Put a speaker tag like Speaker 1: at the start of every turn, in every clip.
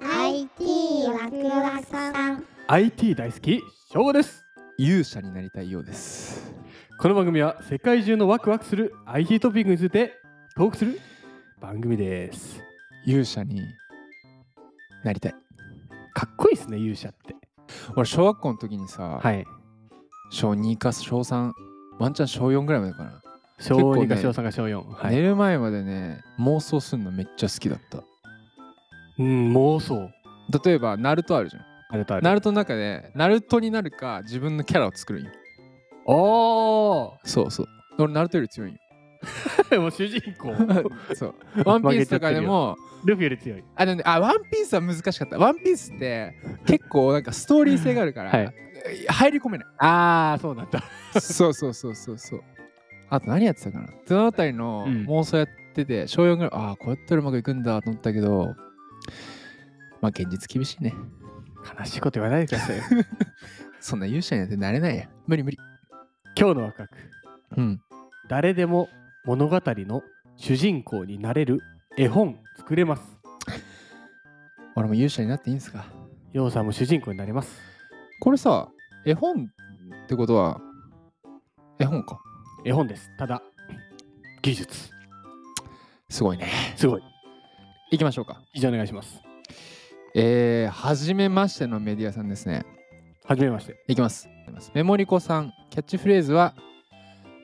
Speaker 1: IT ワクワクさん
Speaker 2: IT 大好き翔です
Speaker 3: 勇者になりたいようです
Speaker 2: この番組は世界中のワクワクする IT トピックについてトークする番組です
Speaker 3: 勇者になりたい
Speaker 2: かっこいいですね勇者って
Speaker 3: 俺小学校の時にさ、
Speaker 2: はい
Speaker 3: 小2か小3ワンチャン小4ぐらいまでかな、
Speaker 2: 小
Speaker 3: 構
Speaker 2: 2
Speaker 3: ね
Speaker 2: か小3か小4、はい、
Speaker 3: 寝る前までね妄想するのめっちゃ好きだった
Speaker 2: うん妄想
Speaker 3: 例えばナルトあるじゃん
Speaker 2: あれとあれ
Speaker 3: ナルトの中でナルトになるか自分のキャラを作るんよ
Speaker 2: お
Speaker 3: そうそう俺ナルトよ り強いんよ
Speaker 2: ー もう主人公
Speaker 3: そうワンピースとかでも
Speaker 2: ルフィより強い
Speaker 3: あでもねあワンピースは難しかったワンピースって結構なんかストーリー性があるから、
Speaker 2: はい
Speaker 3: 入り込めない
Speaker 2: ああそうなんだ
Speaker 3: そうそうそうそうそう。あと何やってたかなそのあたりの
Speaker 2: うん
Speaker 3: 妄想やってて、小4ぐらい、ああ、こうやったらうまくいくんだと思ったけど、まあ現実厳しいね。
Speaker 2: 悲しいこと言わないでくださいよ
Speaker 3: そんな勇者になってなれないや。無理無理。
Speaker 2: 今日のワクワク
Speaker 3: うん。
Speaker 2: 誰でも物語の主人公になれる絵本作れます
Speaker 3: 俺も勇者になっていいんすか
Speaker 2: ようさんも主人公になれます
Speaker 3: これさ、絵本ってことは、絵本か。
Speaker 2: 絵本ですただ技術
Speaker 3: すごいね。
Speaker 2: すごい
Speaker 3: 行きましょうか。
Speaker 2: 以上お願いします
Speaker 3: えー、はじめましてのメディアさんですね。
Speaker 2: はじめまして
Speaker 3: いきます。メモリコさん、キャッチフレーズは、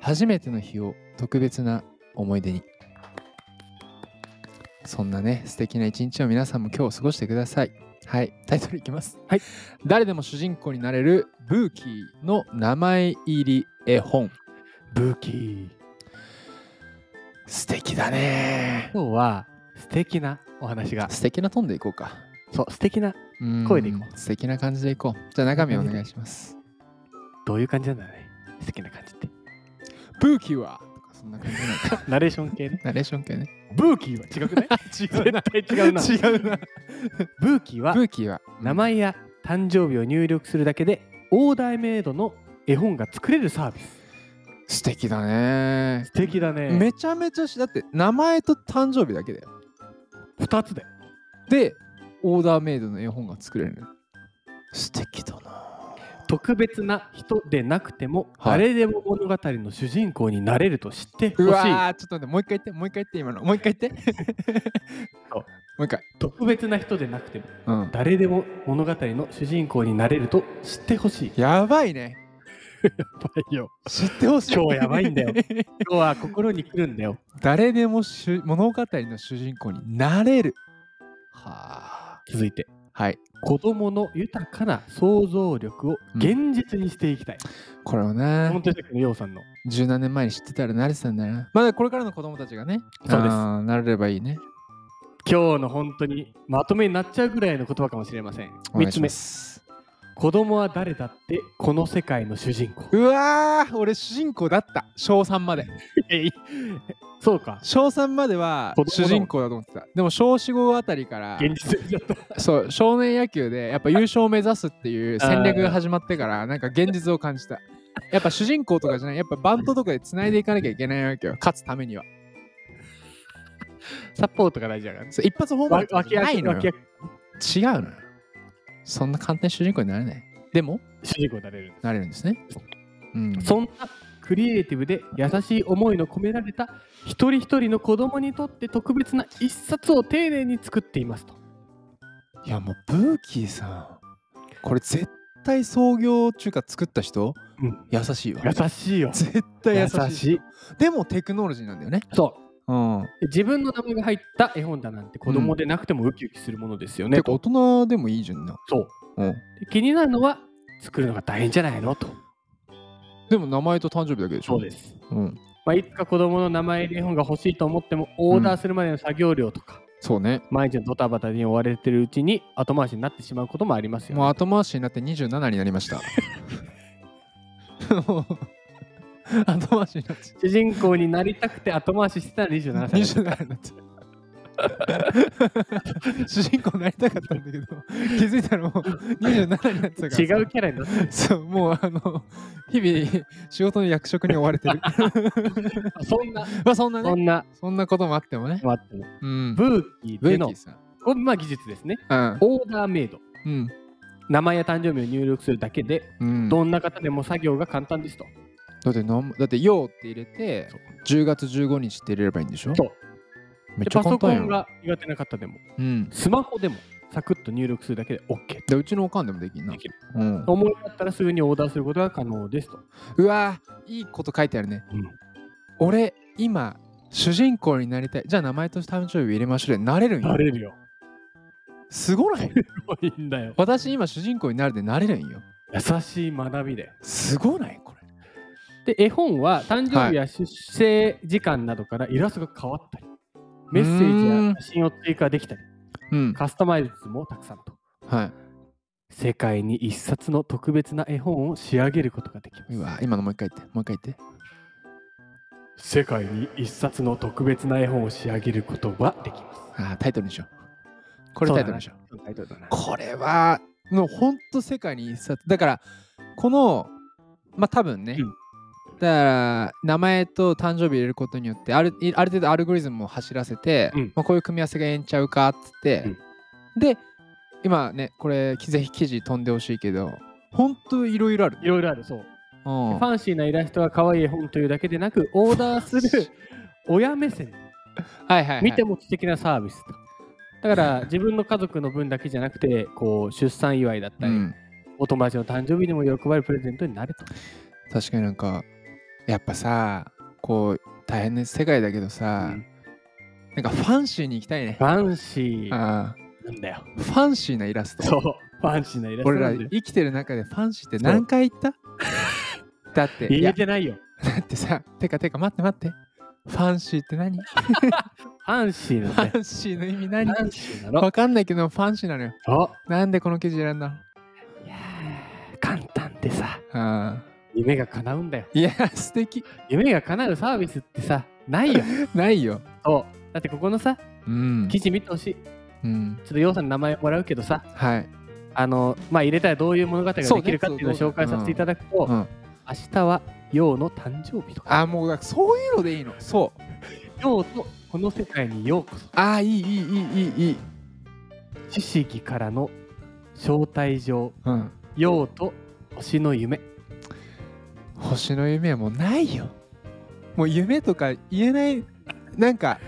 Speaker 3: 初めての日を特別な思い出に。そんなね、素敵な一日を皆さんも今日過ごしてください。はい、タイトルいきます。
Speaker 2: はい。
Speaker 3: 誰でも主人公になれるブーキーの名前入り絵本。
Speaker 2: ブーキー
Speaker 3: 素敵だね。
Speaker 2: 今日は素敵なお話が
Speaker 3: 素敵なトーンでいこうか。
Speaker 2: そう素敵な
Speaker 3: うん
Speaker 2: 声でいこう
Speaker 3: 素敵な感じでいこう。じゃあ中身お願い します。
Speaker 2: どういう感じなんだろうね素敵な感じって
Speaker 3: ブーキーはとかそんな感じなんか
Speaker 2: ナレーション系ね
Speaker 3: ナレーション 系ね。
Speaker 2: ブーキーは違くない 絶対 違うな
Speaker 3: 違うな。
Speaker 2: ブーキーは
Speaker 3: ブーキーは
Speaker 2: 名前や誕生日を入力するだけでオーダーメイドの絵本が作れるサービス
Speaker 3: 素敵だね
Speaker 2: 素敵だね
Speaker 3: めちゃめちゃしだって名前と誕生日だけだよ
Speaker 2: 2つで
Speaker 3: でオーダーメイドの絵本が作れるの素敵だな
Speaker 2: 特別な人でなくても、
Speaker 3: はい
Speaker 2: 誰でも物語の主人公になれると知ってほ
Speaker 3: う
Speaker 2: しい
Speaker 3: わーちょっと待ってもう一回言ってもう一回言って今のもう一回言って
Speaker 2: そう
Speaker 3: もう一回
Speaker 2: 特別な人でなくても
Speaker 3: うん
Speaker 2: 誰でも物語の主人公になれると知ってほしい
Speaker 3: やばいね
Speaker 2: やばいよ
Speaker 3: 知ってほしい
Speaker 2: 今日やばいんだ よ今日は心に来るんだよ
Speaker 3: 誰でも主物語の主人公になれるはあ
Speaker 2: 続いて
Speaker 3: はい
Speaker 2: 子供の豊かな想像力を現実にしていきたい、
Speaker 3: これを
Speaker 2: 本
Speaker 3: ね
Speaker 2: 当にさっきのようさんの
Speaker 3: 十何年前に知ってたら慣れてたんだなまだこれからの子供たちがね
Speaker 2: そうです
Speaker 3: あーなれればいいね
Speaker 2: 今日の本当にまとめになっちゃうぐらいの言葉かもしれません
Speaker 3: お
Speaker 2: 3
Speaker 3: 願い
Speaker 2: つ
Speaker 3: し
Speaker 2: 目
Speaker 3: ます
Speaker 2: 子供は誰だってこの世界の主人公
Speaker 3: うわー俺主人公だった小3まで
Speaker 2: えい そうか
Speaker 3: 小3までは
Speaker 2: 子供だ
Speaker 3: 主
Speaker 2: もん
Speaker 3: 人公だと思ってたでも小4号あたりから
Speaker 2: 現実的だった
Speaker 3: そう少年野球でやっぱ優勝を目指すっていう戦略が始まってからなんか現実を感じたやっぱ主人公とかじゃないやっぱバントとかでつないでいかなきゃいけないわけよ勝つためには
Speaker 2: サポートが大事だからね
Speaker 3: そう一発ホームランとかじゃないのよ
Speaker 2: 脇
Speaker 3: 違う
Speaker 2: 役
Speaker 3: のよそんな簡単に主人公になれないでも
Speaker 2: 主人公になれるんです
Speaker 3: なれるんですねうん
Speaker 2: そんなクリエイティブで優しい思いの込められた一人一人の子供にとって特別な一冊を丁寧に作っていますと
Speaker 3: いやもうブーキーさんこれ絶対創業中華作った人、
Speaker 2: うん
Speaker 3: 優しいわ
Speaker 2: 優しいよ
Speaker 3: 絶対優しい
Speaker 2: い
Speaker 3: でもテクノロジーなんだよね
Speaker 2: そう
Speaker 3: うん
Speaker 2: 自分の名前が入った絵本だなんて子供でなくてもウキウキするものですよね、
Speaker 3: てか
Speaker 2: と
Speaker 3: 大人でもいいじゃんな
Speaker 2: そう
Speaker 3: うん
Speaker 2: で気になるのは作るのが大変じゃないのと
Speaker 3: でも名前と誕生日だけでしょ
Speaker 2: そうです、
Speaker 3: うん、
Speaker 2: まあ、いつか子供の名前入り絵本が欲しいと思ってもオーダーするまでの作業量とか、
Speaker 3: そうね
Speaker 2: 毎日のドタバタに追われてるうちに後回しになってしまうこともありますよ、ね、
Speaker 3: もう後回しになって27になりました もう後回しになっちゃ
Speaker 2: 主人公になりたくて後回ししてたら27
Speaker 3: う
Speaker 2: 歳だ
Speaker 3: 27になっちゃう 主人公になりたかったんだけど気づいたらもう27になってたから
Speaker 2: 違うキャラになってる
Speaker 3: そう、もうあの、日々、仕事の役職に追わ れてる。
Speaker 2: そんな
Speaker 3: まあそんな
Speaker 2: そ
Speaker 3: ね、
Speaker 2: んな
Speaker 3: そんなこともあってもね。
Speaker 2: 待っても
Speaker 3: うん。
Speaker 2: ブーキー
Speaker 3: ブ
Speaker 2: で
Speaker 3: ー
Speaker 2: の
Speaker 3: キーさん。
Speaker 2: これまあ技術ですね
Speaker 3: うん
Speaker 2: オーダーメイド
Speaker 3: うん
Speaker 2: 名前や誕生日を入力するだけで
Speaker 3: うん
Speaker 2: どんな方でも作業が簡単ですと、
Speaker 3: だってなんもだって「よう」って入れて
Speaker 2: そう
Speaker 3: 10月15日って入れればいいんでしょ
Speaker 2: そう
Speaker 3: めっ
Speaker 2: で
Speaker 3: ちゃ
Speaker 2: パ
Speaker 3: 簡
Speaker 2: ソコ
Speaker 3: 単や
Speaker 2: ン
Speaker 3: ん
Speaker 2: が苦手な方でも
Speaker 3: うん
Speaker 2: スマホでもサクッと入力するだけで OK
Speaker 3: でうちのおかんでもできんな
Speaker 2: できる
Speaker 3: うん
Speaker 2: 思い立ったらすぐにオーダーすることが可能ですと、
Speaker 3: うわーいいこと書いてあるね俺今主人公になりたいじゃあ名前と誕生日入れましょうでなれるん
Speaker 2: な
Speaker 3: よ
Speaker 2: れるよ
Speaker 3: すごない
Speaker 2: いいんだよ
Speaker 3: 私今主人公になるでなれるんよ
Speaker 2: 優しい学びだよ
Speaker 3: すごないこれ
Speaker 2: で絵本は誕生日や出生時間などからイラストが変わったり、メッセージや写真を追加できたり
Speaker 3: うん
Speaker 2: カスタマイズもたくさんと
Speaker 3: はい
Speaker 2: 世界に一冊の特別な絵本を仕上げることができます
Speaker 3: うわ今のもう一回言ってもう一回言って
Speaker 2: 世界に一冊の特別な絵本を仕上げることはできます
Speaker 3: あータイトルにしようこれタイトルにしよ
Speaker 2: そ
Speaker 3: う
Speaker 2: うだなタイトルだな
Speaker 3: これはもうほんと世界に一冊だからこのまあ多分ね、
Speaker 2: うん
Speaker 3: だから名前と誕生日入れることによってあるある程度アルゴリズムを走らせて、
Speaker 2: うん
Speaker 3: まあ、こういう組み合わせがええんちゃうかっつって、で今ねこれぜひ記事飛んでほしいけどほんといろいろある、
Speaker 2: いろいろあるそう
Speaker 3: うん
Speaker 2: ファンシーなイラストが可愛い絵本というだけでな くオーダーする親目線
Speaker 3: はいはい、はい、
Speaker 2: 見ても知的なサービスとだから自分の家族の分だけじゃなくてこう出産祝いだった
Speaker 3: う
Speaker 2: り、
Speaker 3: ん、
Speaker 2: お友達の誕生日にも喜ばれるプレゼントになると
Speaker 3: 確かになんかやっぱさこう大変な世界だけどさ、
Speaker 2: うん
Speaker 3: なんかファンシーに行きたいね
Speaker 2: ファンシーな
Speaker 3: あ
Speaker 2: んだよ
Speaker 3: ーファンシーなイラスト
Speaker 2: そうファンシーなイラスト
Speaker 3: 俺
Speaker 2: な
Speaker 3: ら
Speaker 2: んだよ
Speaker 3: 生きてる中でファンシーって何回言っただってい
Speaker 2: 言
Speaker 3: や
Speaker 2: えてないよ
Speaker 3: だってさてかてか待って待ってファンシーって何フ
Speaker 2: ファンシーなん だよ
Speaker 3: ァンシーの意味何
Speaker 2: ファンシーなの
Speaker 3: わかんないけどファンシーなのよ
Speaker 2: そう
Speaker 3: なんでこの記事選んだの
Speaker 2: いやー簡単でさ
Speaker 3: あ
Speaker 2: 夢が叶うんだよ
Speaker 3: ーいや素敵
Speaker 2: 夢が叶うサービスってさない よ
Speaker 3: ないよ
Speaker 2: そうだってここのさ
Speaker 3: うん
Speaker 2: 記事見てほしいちょ
Speaker 3: うん
Speaker 2: っとようさんの名前もらうけどさ
Speaker 3: はい
Speaker 2: あのまあ入れたらどういう物語が
Speaker 3: そうね
Speaker 2: できるかっていうのを
Speaker 3: そう
Speaker 2: 紹介させていただくと、
Speaker 3: うん
Speaker 2: 明日は陽の誕生日とか
Speaker 3: あーもうだからそういうのでいいのそう
Speaker 2: 陽とこの世界にようこそ
Speaker 3: ああいいいいいいいいい
Speaker 2: 知識からの招待状
Speaker 3: うん
Speaker 2: 陽と星の夢
Speaker 3: 星の夢はもうないよもう夢とか言えないなんか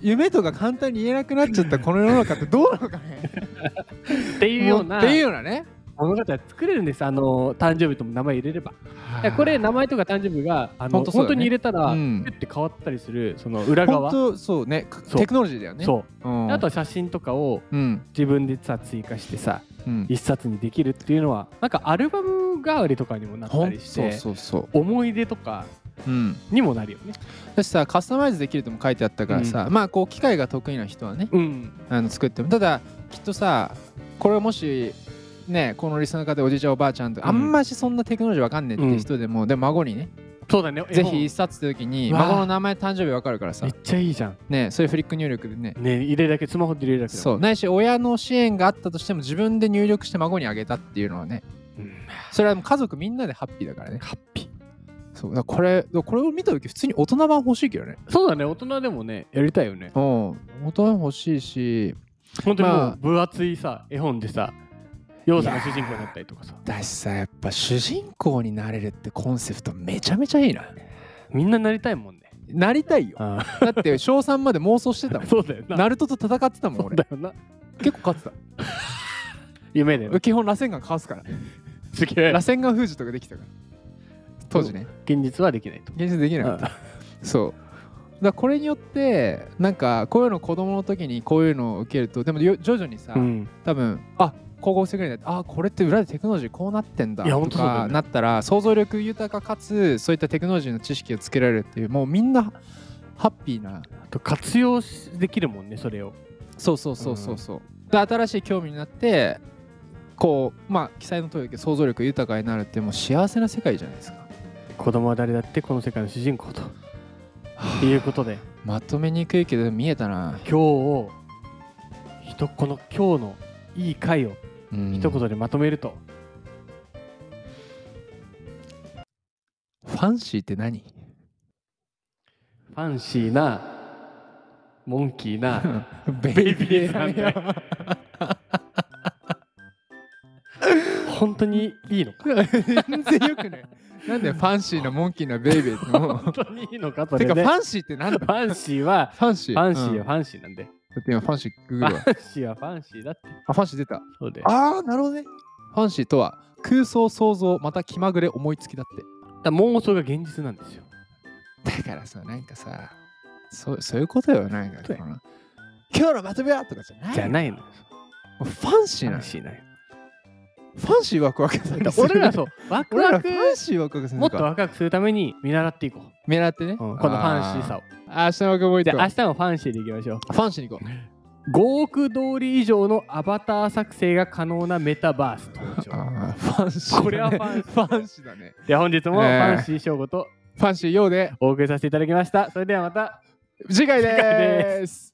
Speaker 3: 夢とか簡単に言えなくなっち ゃったこの世の中ってどうなのかね
Speaker 2: っていうような
Speaker 3: もっていうようなね
Speaker 2: 物語は作れるんですあの誕生日とも名前入れればいやこれ名前とか誕生日があの
Speaker 3: ほ
Speaker 2: 本
Speaker 3: んと
Speaker 2: 当,、
Speaker 3: そうだね
Speaker 2: に入れたら、
Speaker 3: う
Speaker 2: ピ
Speaker 3: ん
Speaker 2: ュって変わったりするその裏
Speaker 3: 本
Speaker 2: 側、
Speaker 3: 当そうねく
Speaker 2: そう
Speaker 3: テクノロジーだよね、
Speaker 2: そうう、
Speaker 3: ん、
Speaker 2: あとは写真とかを
Speaker 3: うん
Speaker 2: 自分でさ追加してさ
Speaker 3: うん
Speaker 2: 一冊にできるっていうのはなんかアルバム代わりとかにもなった
Speaker 3: ほん
Speaker 2: りして
Speaker 3: そうそうそ
Speaker 2: 思い出とか
Speaker 3: ううん
Speaker 2: にもなるよね
Speaker 3: だしさカスタマイズできるとも書いてあったからさ、まあこう機械が得意な人はね
Speaker 2: うん
Speaker 3: あの作ってもただきっとさこれもしねこのリスナーの方でおじいちゃんおばあちゃんとか、
Speaker 2: うん
Speaker 3: あんましそんなテクノロジーわかんねえって人でも、でも孫にね
Speaker 2: そうだね
Speaker 3: ぜひ一冊って時に
Speaker 2: うわー
Speaker 3: 孫の名前誕生日わかるから
Speaker 2: 絵本
Speaker 3: さ
Speaker 2: めっちゃいいじゃん
Speaker 3: ねそういうフリック入力でね
Speaker 2: ね入れるだけスマホで入れるだけだ
Speaker 3: そうないし親の支援があったとしても自分で入力して孫にあげたっていうのはね
Speaker 2: うん
Speaker 3: それはもう家族みんなでハッピーだからね
Speaker 2: ハッピー
Speaker 3: そうだからこれだからこれを見た時普通に大人版欲しいけどね
Speaker 2: そうだね大人でもねやりたいよね
Speaker 3: うん大人版欲しいし
Speaker 2: 本当にも
Speaker 3: まあ
Speaker 2: う分厚いさ絵本でさ洋さんが主人公になったりとかさ
Speaker 3: だしさやっぱ主人公になれるってコンセプトめちゃめちゃいいな
Speaker 2: みんななりたいもんね
Speaker 3: なりたいよ
Speaker 2: あ
Speaker 3: だって小3まで妄想してたもん
Speaker 2: そうだよな
Speaker 3: ナルトと戦ってたもん
Speaker 2: そう
Speaker 3: 俺
Speaker 2: だよな
Speaker 3: 結構勝って
Speaker 2: 夢で
Speaker 3: た基本螺旋がかわすから
Speaker 2: すげえ
Speaker 3: 螺旋が封じとかできたから当時ね
Speaker 2: 現実はできないと
Speaker 3: 現実できなかったそうだからこれによってなんかこういうの子供の時にこういうのを受けるとでもよ徐々にさ、
Speaker 2: うん
Speaker 3: 多分あ高校生ぐらいになってあこれって裏でテクノロジーこうなってんだ
Speaker 2: いや
Speaker 3: と
Speaker 2: 本当そうだよ
Speaker 3: か
Speaker 2: ね
Speaker 3: なったら想像力豊かかつそういったテクノロジーの知識をつけられるっていうもうみんなハッピーな
Speaker 2: あと活用しできるもんねそれを
Speaker 3: そうそうそうそうそう、で新しい興味になってこうまあ記載の通りだけど想像力豊かになるってもう幸せな世界じゃないですか
Speaker 2: 子供は誰だってこの世界の主人公ということで
Speaker 3: まとめにくいけど見えたな、
Speaker 2: 今日をひとこの今日のいい回を
Speaker 3: うん
Speaker 2: 一言でまとめると、
Speaker 3: ファンシーって何
Speaker 2: ファンシーなモンキーな
Speaker 3: ベ
Speaker 2: ベイビーさんだよ本当にいいのか
Speaker 3: 全然よくないなんでファンシーなモンキーなベイビーっても
Speaker 2: 本当にいいのかそう
Speaker 3: て
Speaker 2: れ
Speaker 3: か
Speaker 2: で
Speaker 3: フ
Speaker 2: ファ
Speaker 3: ァンシーってなんだ
Speaker 2: ンシーは
Speaker 3: ファンシー
Speaker 2: ファンシー
Speaker 3: う
Speaker 2: は
Speaker 3: ん
Speaker 2: ファンシーなんで
Speaker 3: だって今ファンシーグ
Speaker 2: フ
Speaker 3: グるわ
Speaker 2: ァンシーはファンシーだって
Speaker 3: あファンシー出た
Speaker 2: そうでだか
Speaker 3: ああなるほどねファンシーとは空想想像また気まぐれ思いつきだっ
Speaker 2: ら妄想が現実なんですよ
Speaker 3: てだからさなんかさそうそういうことよなんか
Speaker 2: そうや
Speaker 3: この今日のまとめはとかじゃない
Speaker 2: じゃ
Speaker 3: い
Speaker 2: ないのよ
Speaker 3: ファンシ
Speaker 2: ファ
Speaker 3: ーな
Speaker 2: ン
Speaker 3: の
Speaker 2: シーなんよ
Speaker 3: ファンシーワクワクさ
Speaker 2: だから俺ら
Speaker 3: う
Speaker 2: そうワク
Speaker 3: 俺ら
Speaker 2: ワ
Speaker 3: フ
Speaker 2: ク
Speaker 3: ァンシーワクワクする
Speaker 2: も
Speaker 3: の
Speaker 2: っと
Speaker 3: か
Speaker 2: 若くするために見習っていこう、
Speaker 3: 狙ってね、
Speaker 2: このファンシーさ
Speaker 3: を
Speaker 2: を
Speaker 3: 明日のワクワク
Speaker 2: じ
Speaker 3: 行
Speaker 2: ゃ
Speaker 3: こ
Speaker 2: あ明日もファンシーでいきましょう
Speaker 3: うファンシーに行こう
Speaker 2: 5億通り以上のアバター作成が可能なメタバース登場
Speaker 3: あーファンシーだね
Speaker 2: これはファンシー
Speaker 3: ファンシーだね
Speaker 2: で本日もフ
Speaker 3: えー
Speaker 2: ァンシー翔吾と
Speaker 3: ファンシーようで
Speaker 2: お送りさせていただきましたそれではまた
Speaker 3: 次回で
Speaker 2: 次回
Speaker 3: ーす